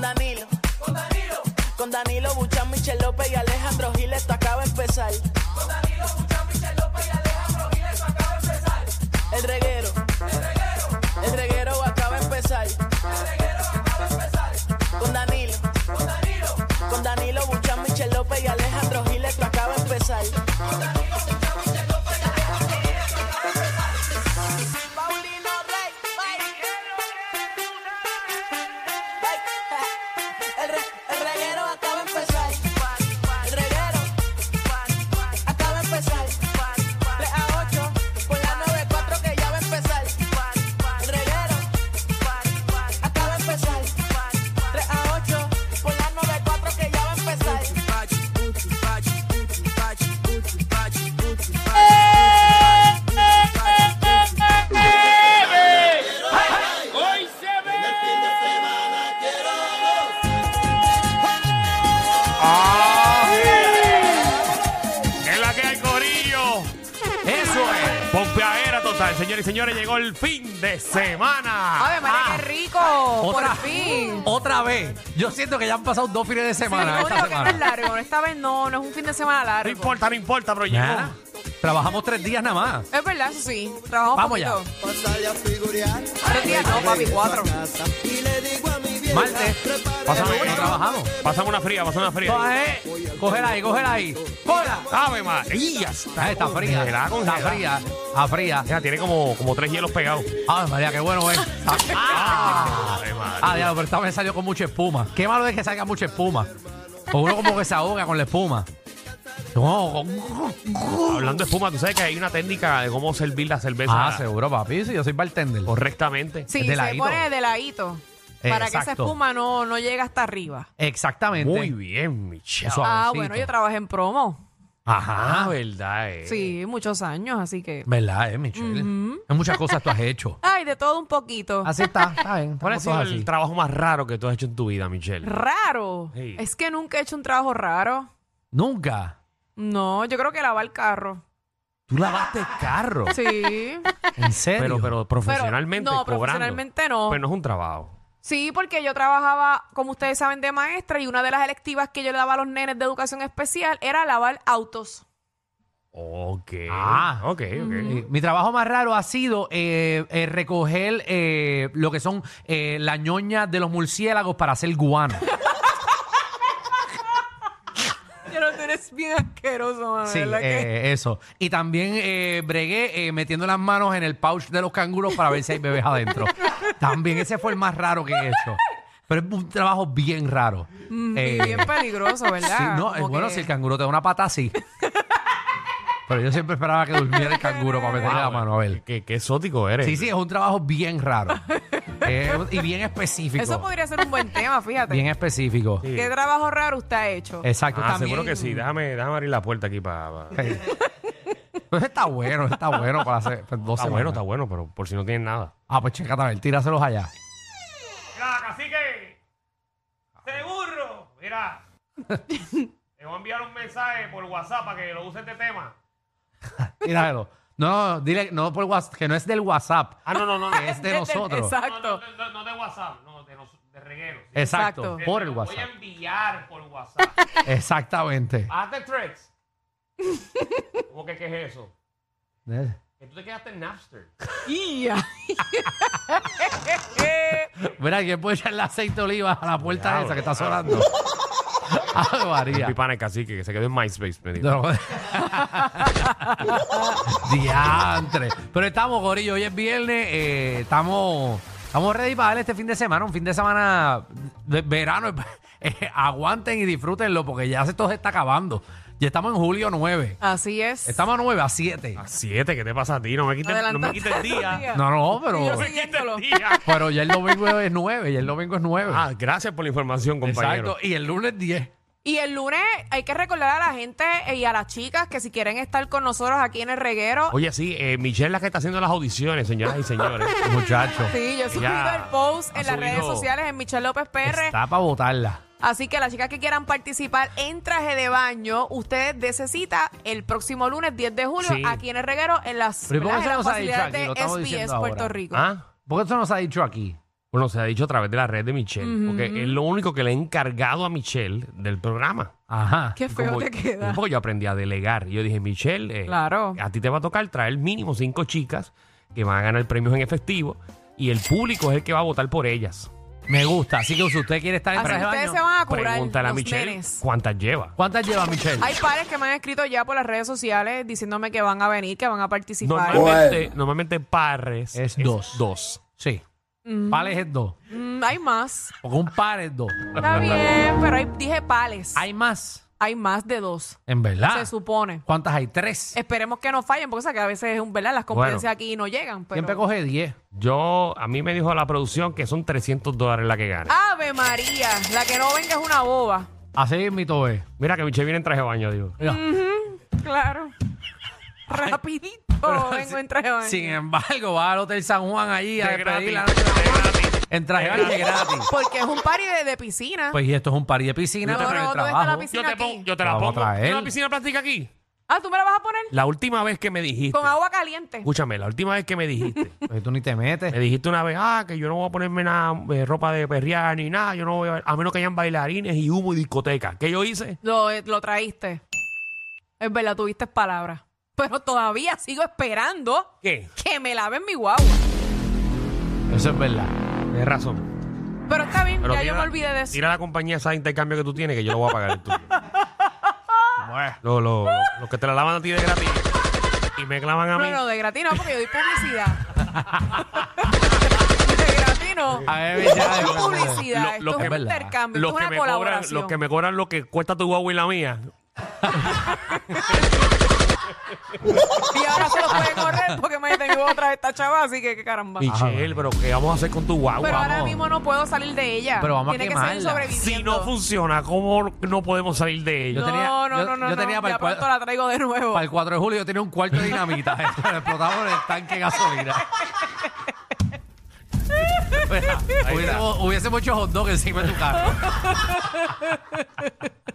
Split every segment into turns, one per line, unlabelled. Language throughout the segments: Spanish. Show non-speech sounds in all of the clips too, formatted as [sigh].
Danilo. Con Danilo. Con Danilo Buchan, Michel López y Alejandro Gil, esto acaba de empezar. Con Danilo Buchan, Michel López y Alejandro Gil, esto acaba de empezar. El reguero. El reguero. El reguero acaba de empezar. El reguero acaba de empezar. Con Danilo. Con Danilo. Con Danilo Buchan, Michel López y Alejandro Gil, esto acaba de empezar. Con Danilo Buchan, Michel López y Alejandro Gil, esto acaba de empezar. Paulino Rey. El, re- el reguero acaba de empezar. El reguero acaba de empezar. 3 a 8 por la 94 que ya va a empezar. El reguero acaba de empezar. 3 a 8 por la 94 que ya va a empezar.
Hoy se ve.
Es la que hay, Corillo. Eso es. Pompeadera total. Señores y señores, llegó el fin de semana.
Ave María,
Ah,
qué rico,
Otra,
por fin.
otra vez. Yo siento que ya han pasado dos fines de
Sí,
semana.
lo
esta
único que no es
semana.
largo, esta vez no, no es un fin de semana
no
largo.
importa, no importa, pero llegó.
Nada. Trabajamos tres días nada más.
Es verdad, eso sí, trabajamos
Vamos
poquito.
ya.
Tres días no, papi, cuatro.
Martes.
Pásame,
No trabajamos.
Pásame una fría, pásame una fría.
Coge, cógela ahí, cógela ahí. ¡Cola!
Ave María.
Ah, Está fría.
Congelada,
Está
congelada.
fría. Está fría.
Ya, tiene como, como tres hielos pegados.
Ay, María, qué bueno es. Ah,
Ave María.
ah diablo, pero esta vez salió con mucha espuma. Qué malo es que salga mucha espuma. Porque uno como que se ahoga con la espuma. No,
Hablando de espuma, tú sabes que hay una técnica de cómo servir la cerveza
ah, seguro, papi. Sí, yo soy bartender.
correctamente.
Sí,
de
se
ladito.
pone de ladito. Para que esa
Eh, Exacto.
espuma no, no llegue hasta arriba.
Exactamente.
Muy bien, Michelle.
Eso- Ah,
Ah,
Suavecito.
bueno, yo trabajé en promo.
Ajá, verdad. eh.
Sí, muchos años, así que.
¿Verdad, eh, Michelle? Muchas cosas tú has hecho.
Ay, de todo un poquito.
Así está, está bien.
¿Cuál ha
estamos
sido
todos
el
así.
trabajo más raro que tú has hecho en tu vida, Michelle?
Raro.
Sí.
Es que nunca he hecho un trabajo raro.
Nunca.
No, yo creo que lavar el carro.
Tú lavaste el
[laughs]
carro. [laughs]
Sí.
¿En serio?
Pero, pero profesionalmente,
no,
cobrando.
profesionalmente no.
Pues no es un trabajo.
Sí, porque yo trabajaba, como ustedes saben, de maestra y una de las electivas que yo le daba a los nenes de educación especial era lavar autos.
Ok.
Ah.
ok, ok.
Mm.
Eh, mi trabajo más raro ha sido eh, eh, recoger eh, lo que son eh, las ñoñas de los murciélagos para
[laughs]
hacer guano.
Pero tú eres bien asqueroso, mano.
Sí,
¿verdad que?
eh, eso. Y también eh, bregué eh, metiendo las manos en el pouch de los canguros para ver si hay bebés
[laughs]
adentro. También ese fue el más raro que he hecho. Pero es un trabajo bien raro. Eh,
Y Mm, bien peligroso, ¿verdad?
Sí, no, eh,
Como
bueno,
que-
si el canguro te da una
[laughs]
pata, sí. Pero yo siempre esperaba que durmiera el canguro para meterle la
Wow,
mano a ver.
Qué, qué exótico eres.
Sí, sí, es un trabajo bien
[laughs]
raro. Eh, y bien específico.
Eso podría ser un buen tema, fíjate.
Bien eh, específico.
Sí.
¿Qué trabajo raro usted ha hecho?
Exacto.
Ah,
también-
seguro que sí. Déjame, déjame abrir la puerta aquí para...
Sí. [laughs] Pero está bueno, está bueno para hacer pues, dos
Está bueno,
semanas.
está bueno, pero por si no tienes nada.
Ah, pues chécate a ver, tíraselos allá.
Mira, cacique. Seguro.
[laughs]
Mira. Te voy a enviar un mensaje por WhatsApp para que lo uses de tema.
Tíraselo. No, no, no, dile no por WhatsApp, que no es del WhatsApp,
Ah, no, no, no.
es de
[laughs] Desde-
nosotros.
Exacto.
No, no, no de WhatsApp, no, de, los- de reguero. sí.
Exacto,
Exacto.
por el
Te lo Voy
WhatsApp.
a enviar por WhatsApp.
[laughs] Exactamente.
Hazte threads. ¿Cómo que qué es eso? Que tú te quedaste en Napster.
Ya.
Mira, ¿quién puede echarle aceite de oliva a la puerta esa que está sonando? [laughs] Ay, María.
Pipana el cacique que se quedó en MySpace, me dijo.
No. [laughs] Diantre. Pero estamos, Gorillo, hoy es viernes. eh, estamos, estamos ready para darle este fin de semana. Un fin de semana de verano. [laughs] Eh, aguanten y disfrútenlo porque ya esto se está acabando. Ya estamos en julio 9.
Así es.
Estamos a 9, a 7.
A siete, ¿qué te pasa a ti? No me quites, no me quites el
[laughs]
Adelantaste los
día.
días.
No, no,
Y yo
pero,
No me quites el
Siguiéndolo.
día.
pero ya el domingo es 9. Ya el domingo es 9.
Ah, gracias por la información, compañero.
Exacto. Y el lunes 10.
Y el lunes hay que recordar a la gente eh, y a las chicas que si quieren estar con nosotros aquí en el reguero,
Oye, sí, eh, Michelle es la que está haciendo las audiciones, señoras y
[laughs]
señores.
Muchachos.
Sí, yo he subido
Ella
el post
ha
en las redes
subido-
sociales en Michelle López PR.
Está para votarla.
Así que las chicas que quieran participar en traje de baño, ustedes necesitan el próximo lunes 10 de julio
Sí.
aquí en el reguero en las,
Pero ¿y por qué
¿verdad?
eso
en
no
las
se ha dicho
facilidades
aquí? Lo
de
estamos
SBS
diciendo
Puerto
ahora.
Rico.
¿Ah?
¿Por qué eso no se ha dicho aquí?
Bueno, se ha dicho a través de la red de Michelle, porque es lo único que le he encargado a Michelle del programa.
Ajá.
Qué feo
Como-
te queda.
Porque yo aprendí a delegar. Y Yo dije, Michelle, eh,
Claro.
a ti te va a tocar traer mínimo cinco chicas que van a ganar premios en efectivo y el público es el que va a votar por ellas.
Me gusta. Así que si usted quiere estar en
Así
traje de
ustedes
baño.
se van a curar.
Pregúntale a
los
Michelle
nenes.
cuántas lleva.
¿Cuántas lleva Michelle?
Hay pares que me han escrito ya por las redes sociales diciéndome que van a venir, que van a participar.
Normalmente, normalmente parres
Es dos.
dos.
Sí. Pales es dos.
Mm, hay más.
Porque un par es dos.
Está bien, pero hay, dije pales. Hay,
Hay más.
más de dos,
En verdad.
se supone.
¿Cuántas hay? Tres.
Esperemos que no fallen, porque o sea, que a veces es un verdad, las competencias aquí no llegan. Pero...
Siempre coge diez.
Yo, a mí me dijo la producción que son 300 dólares la que gana.
Ave María, la que no venga es una boba.
Así mi es.
Mira que Michelle viene en traje de baño, digo.
Mira.
Mm, Claro. Rapidito vengo en traje de baño.
Sin embargo, va al Hotel San Juan allí a
De
despedir
gratis,
la
de
noche.
gratis.
En traje de baño de gratis.
Porque es un party de, de piscina.
Pues y esto es un par de piscina,
No,
pero en
no,
el
¿dónde está la
trabajo.
piscina?
Yo te,
aquí.
pongo- yo te la
Vamos a
pongo.
traer.
¿Tienes una piscina plástica aquí?
Ah, ¿tú me la vas a poner?
La última vez que me dijiste.
Con agua caliente.
Escúchame, la última vez que me dijiste.
Pues tú ni te
me
metes.
dijiste una vez, ah, que yo no voy a ponerme nada, eh, ropa de perrear ni nada. Yo no voy a, a menos que hayan bailarines y humo y discoteca. ¿Qué yo hice?
Lo, eh, lo traíste. Es verdad, tuviste palabras. Pero todavía sigo esperando
¿Qué?
que me laven mi guagua.
Eso es verdad.
Tienes razón.
Pero está bien,
Pero
ya
tira-
yo me olvidé de eso.
Tira a la compañía esa de intercambio que tú tienes que yo lo voy a pagar el tuyo.
Bueno.
Ah.
Los lo, lo- los que te la lavan a ti de gratis y me clavan a mí.
No, no, de gratis no, porque yo doy publicidad. de gratis no.
A ver,
Esto
ya,
es
ya, ya.
publicidad,
Lo- lo
esto
que
es
me-
un intercambio,
los
esto es
que
una
me cobran,
colaboración.
los que me cobran lo que cuesta tu guagua y la mía.
Y ahora se los puede correr porque me tengo otra de esta chava, así que qué caramba.
Michelle, pero ¿qué vamos a hacer con tu guagua?
Pero ahora
vamos.
mismo no puedo salir de ella.
Pero vamos a
Tiene que seguir
quemarla.
si
sobreviviendo.
no funciona, ¿cómo no podemos salir de ello?
Yo
no,
tenía-
no,
yo-
no, no,
yo tenía
no,
para el
ya pronto
cuadro-
la traigo de nuevo.
Para el 4 de julio yo tenía un cuarto de dinamita. [laughs] Eso, lo explotamos en el tanque de gasolina.
[laughs]
Mira, hubiésemos, hubiésemos hecho hot dog encima de tu carro.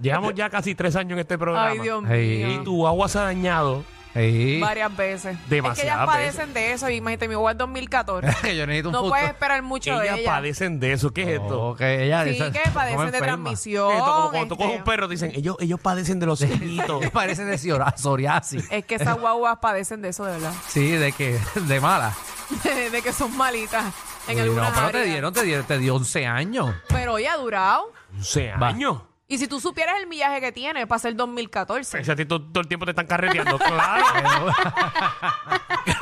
Llevamos ya casi tres años en este programa.
Ay, Dios
Ey,
mío.
Y tu guagua se ha dañado.
Sí.
Varias veces. es que
Demasiadas
ellas padecen de eso. Y imagínate, mi guagua es
[laughs]
2014.
yo necesito un
No
justo.
puedes esperar mucho de
Ellas
ella.
padecen de eso. ¿Qué es esto?
No, que ella,
Sí,
esa-
que
como
padecen de
enferma.
transmisión.
Esto, como cuando tú
este.
coges un perro, dicen, ellos, ellos padecen de los cejitos. [laughs]
[laughs] Que Parece de psora- psoriasis.
Es que
[laughs]
esas guaguas padecen de eso, de verdad. [laughs]
Sí, de que de mala.
De, de que son malitas en
Uy,
algunas
no, pero te
áreas.
dieron, te dieron, te dio 11 años.
Pero ella ha durado.
11
Va.
años.
Y si tú supieras el millaje que tiene para ser 2014.
Si a ti todo, todo el tiempo te están [laughs] carreteando. Claro.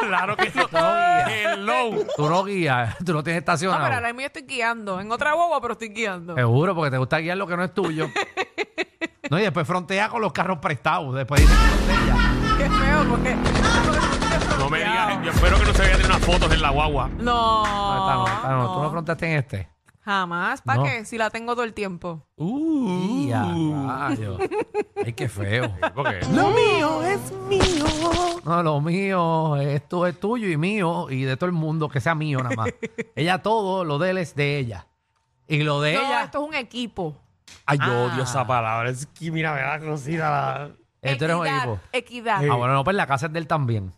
claro que no. Hello.
Tú no guías, tú no
No, Ah, pero
Eh. tienes estacionado.
ahora mismo yo estoy guiando. En otra guagua, pero estoy guiando.
Seguro, porque te gusta guiar lo que no es tuyo. No, y después frontea con los carros prestados. Después dice, frontea.
[laughs] Qué feo, porque.
No me digas. Yo espero que no se vea de unas fotos en la guagua.
No.
No, esta Ah, no, esta no, tú no
Ah, no.
fronteaste en este.
Jamás. ¿Para
No.
qué? Si la tengo todo el tiempo.
Uh.
Ya, rayos. Ay, qué feo.
Porque
No, lo mío, esto es tuyo y mío y de todo el mundo, que sea mío nada más. ella todo, lo de él es de ella. Y lo de
No,
ella,
esto es un equipo.
Ay, yo
Ah.
odio esa palabra. Es que mira, me da cosita la-
esto era Eh, un
Equidad,
equipo.
Equidad.
Ah, bueno, no, pues la casa es de él también.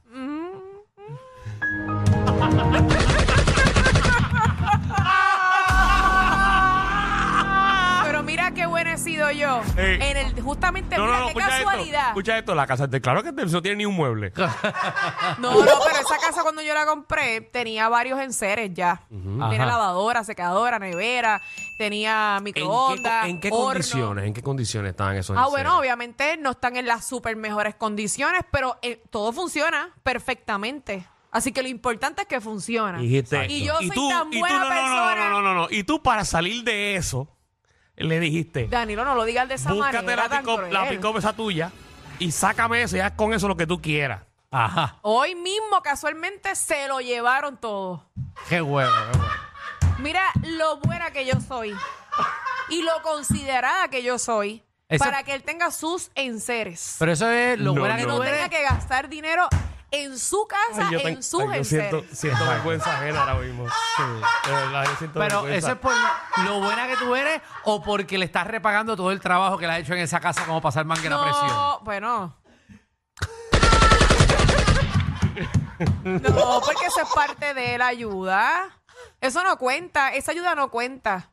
Pero mira qué buena he sido yo.
Ey.
En el, justamente,
No,
mira
no, no,
qué
escucha esto.
casualidad.
Escucha esto, la casa es de claro que es de él, no tiene ni un mueble.
No, no, pero esa casa cuando yo la compré tenía varios enseres ya. Tenía
Ajá.
lavadora, secadora, nevera, tenía
¿En qué,
microondas.
en qué
horno.
condiciones? ¿En qué condiciones estaban esos
Ah,
enseres?
bueno, obviamente no están en las super mejores condiciones, pero eh, todo funciona perfectamente. Así que lo importante es que funciona.
Dijiste,
y yo soy
tú-
tan
y tú,
buena
no, no, no, No,
persona.
no, no, no, Y tú para salir de eso, le dijiste,
Danilo, no lo digas de esa
búscate
manera
la
tan
pick-up la
cruel.
pick-up esa tuya y sácame eso y haz con eso lo que tú quieras.
Ajá,
Hoy mismo, casualmente, se lo llevaron todo.
qué huevo, qué huevo.
Mira lo buena que yo soy y lo considerada que yo soy
Esa-
para que él tenga sus enseres.
Pero eso es lo
No,
buena
que
que
no,
tú eres.
tenga que gastar dinero en su casa,
Ay, yo
en
tengo-
sus
ay, yo siento,
enseres.
siento vergüenza ajena ahora mismo. Sí, de verdad, yo siento
Pero
vergüenza.
eso es por lo buena que tú eres o porque le estás repagando todo el trabajo que le ha hecho en esa casa como pasar manguera a presión.
No, bueno. No, porque eso es parte de la ayuda. Eso no cuenta, esa ayuda no cuenta.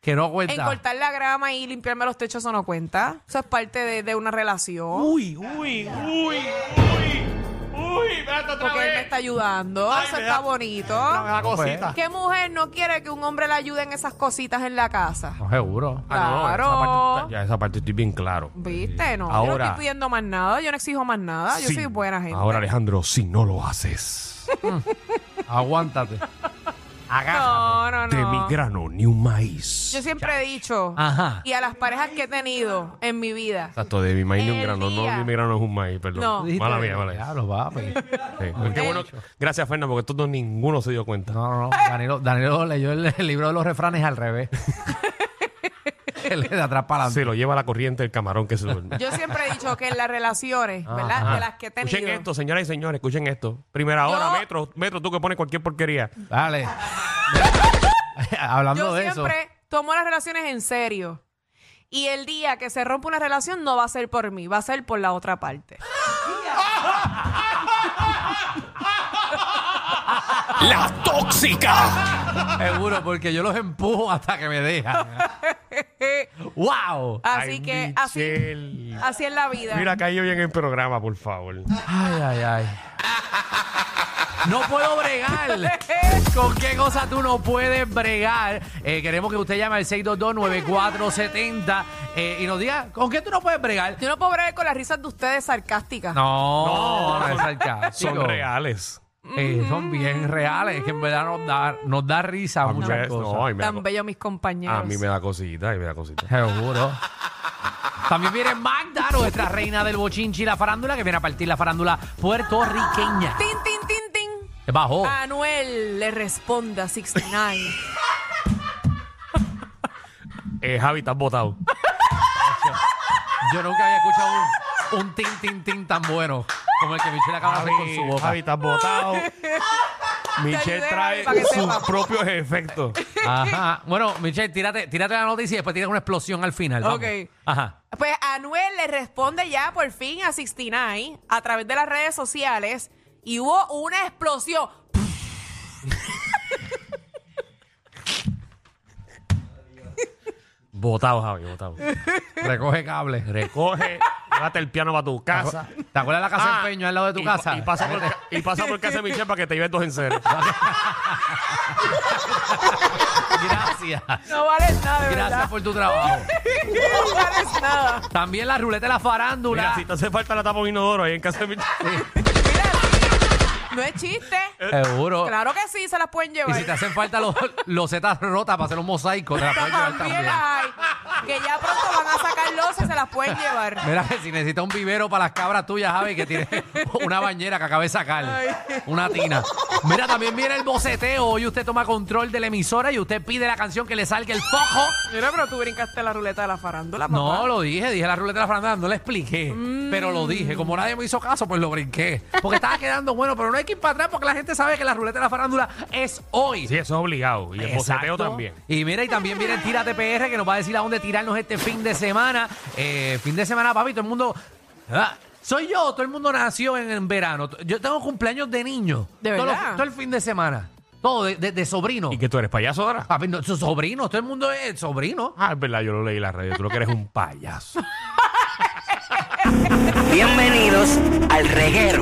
Que no
En
cuenta.
cortar la grama y limpiarme los techos, eso no cuenta. Eso es parte de, de una relación.
Uy, uy.
Uy, uy, uy, espérate otra
Porque él me
vez.
está ayudando,
Ay,
eso
me
está
da-
bonito.
Una
pues,
cosita.
¿Qué mujer no quiere que un hombre la ayude en esas cositas en la casa?
No, seguro.
Ah, no, esa
Claro.
parte- ya esa parte estoy bien claro.
¿Viste? No, yo no
Ahora-
estoy pidiendo más nada, yo no exijo más nada, Ah, yo
Sí.
soy buena gente.
Ahora, Alejandro, si no lo haces,
Aguántate.
no, no,
de mi
no.
grano ni un maíz.
Yo siempre he dicho,
Ajá.
y a las parejas que he tenido en mi vida,
Exacto, de mi maíz ni un
El
grano.
día.
No, ni mi grano es un maíz, perdón.
No.
Dijiste,
Mala mía, mala mía.
Diablo, papi.
Sí. Qué bueno. Gracias, Fernando, porque todos ninguno se dio cuenta.
No, no, no. Danilo, Danilo leyó el, el libro de los refranes
[laughs]
al revés. Él le da atrás para adelante.
Se lo lleva la corriente el camarón que se duerme. Ah.
yo siempre he dicho que en las relaciones, ¿verdad? De las que he tenido.
Escuchen esto, señoras y señores, escuchen esto. Primera hora, metro, metro, tú que pones cualquier porquería.
[laughs]
Dale. Hablando
Yo
de eso.
siempre tomo las relaciones en serio. Y el día que se rompe una relación no va a ser por mí, va a ser por la otra parte. Ah.
La tóxica.
Seguro, porque yo los empujo hasta que
[laughs]
me dejan. ¡Wow!
así
Ay,
que así,
Michelle.
así es la vida.
Mira, cayó bien el programa, por favor.
Ay, ay, ay. No
[laughs]
puedo bregar. ¿Con qué cosa tú no puedes bregar? Eh, queremos que usted llame al 622-9470 eh, y nos diga, ¿con qué tú no puedes bregar?
Yo no puedo bregar con las risas de ustedes sarcásticas.
[laughs] No, no, es sarcástico.
Son reales.
Eh, son bien reales. Es que en verdad nos da, nos da risa
A mí
muchas
me-
cosas.
Ah, pues no, y me da
Tan bellos mis
co-
compañeros.
a mí me da cosita, y me da cosita.
Seguro. También viene Magda, nuestra reina del bochinchi y la farándula, que viene a partir la farándula puertorriqueña.
Tin, tin, tin, tin.
Bajó.
Oh.
Anuel le responde a 69.
Eh, Javi, estás botado.
Yo nunca había escuchado un, un tin, tin, tin tan bueno como el que Michelle acaba de hacer con su
Javi,
boca.
Javi, estás
[laughs]
botado.
ayudé,
Michelle
Javi,
trae
para que
sus
sepas.
propios efectos.
Ajá. Bueno, Michelle, tírate, tírate la noticia y después tírate una explosión al final. vamos.
Ok.
Ajá.
Pues Anuel le responde ya por fin a 69 a través de las redes sociales y hubo una explosión.
Botado, Javi, botado.
Recoge cable.
Recoge, llévate el piano para tu casa.
¿Te acuerdas la casa
Ah,
de Peño al lado de tu
y pa-
casa?
Y pasa, por, y pasa por casa de Michelle para que te lleves dos en serio.
Gracias.
No vale nada, de
Gracias
verdad.
por tu trabajo.
[laughs] No vales nada.
También la ruleta de la farándula.
Mira, si te hace falta la tapa de un inodoro ahí en casa de Michelle.
Mira, no es chiste.
Seguro.
Claro que sí, se las pueden
Y
llevar.
si te hacen falta los, los zetas rotas para hacer un mosaico, te las puedes llevar
También
también.
hay. Que ya pronto van a sacar los y se las pueden llevar.
Mira que si necesitas un vivero para las cabras tuyas, Javi, que tiene una bañera que acabé de sacar. Una tina. Mira, también viene el boceteo. Hoy usted toma control de la emisora y usted pide la canción que le salga el fojo.
Mira, pero tú brincaste la ruleta de la farándula, papá. Mm.
No, lo dije, dije la ruleta de la farándula, no la expliqué, pero lo dije. Como nadie me hizo caso, pues lo brinqué. Porque estaba quedando bueno, pero no hay que ir para atrás porque la gente sabe que la ruleta de la farándula es hoy.
Sí, eso es obligado. Y el boceteo
Exacto.
también.
Y mira, y también viene el Tírate PR que nos va a decir a dónde tirarnos este fin de semana. Eh, fin de semana, papi, todo el mundo. Ah, soy yo, todo el mundo nació en, en verano. Yo tengo cumpleaños de niño.
¿De
Todos los-
verdad?
todo el fin de semana. Todo, de, de- de sobrino.
¿Y que tú eres payaso ahora?
Papi, no, so- sobrino, todo el mundo es sobrino.
Ah, es verdad, yo lo leí en la red. Tú lo que eres un payaso.
Bienvenidos al reguero.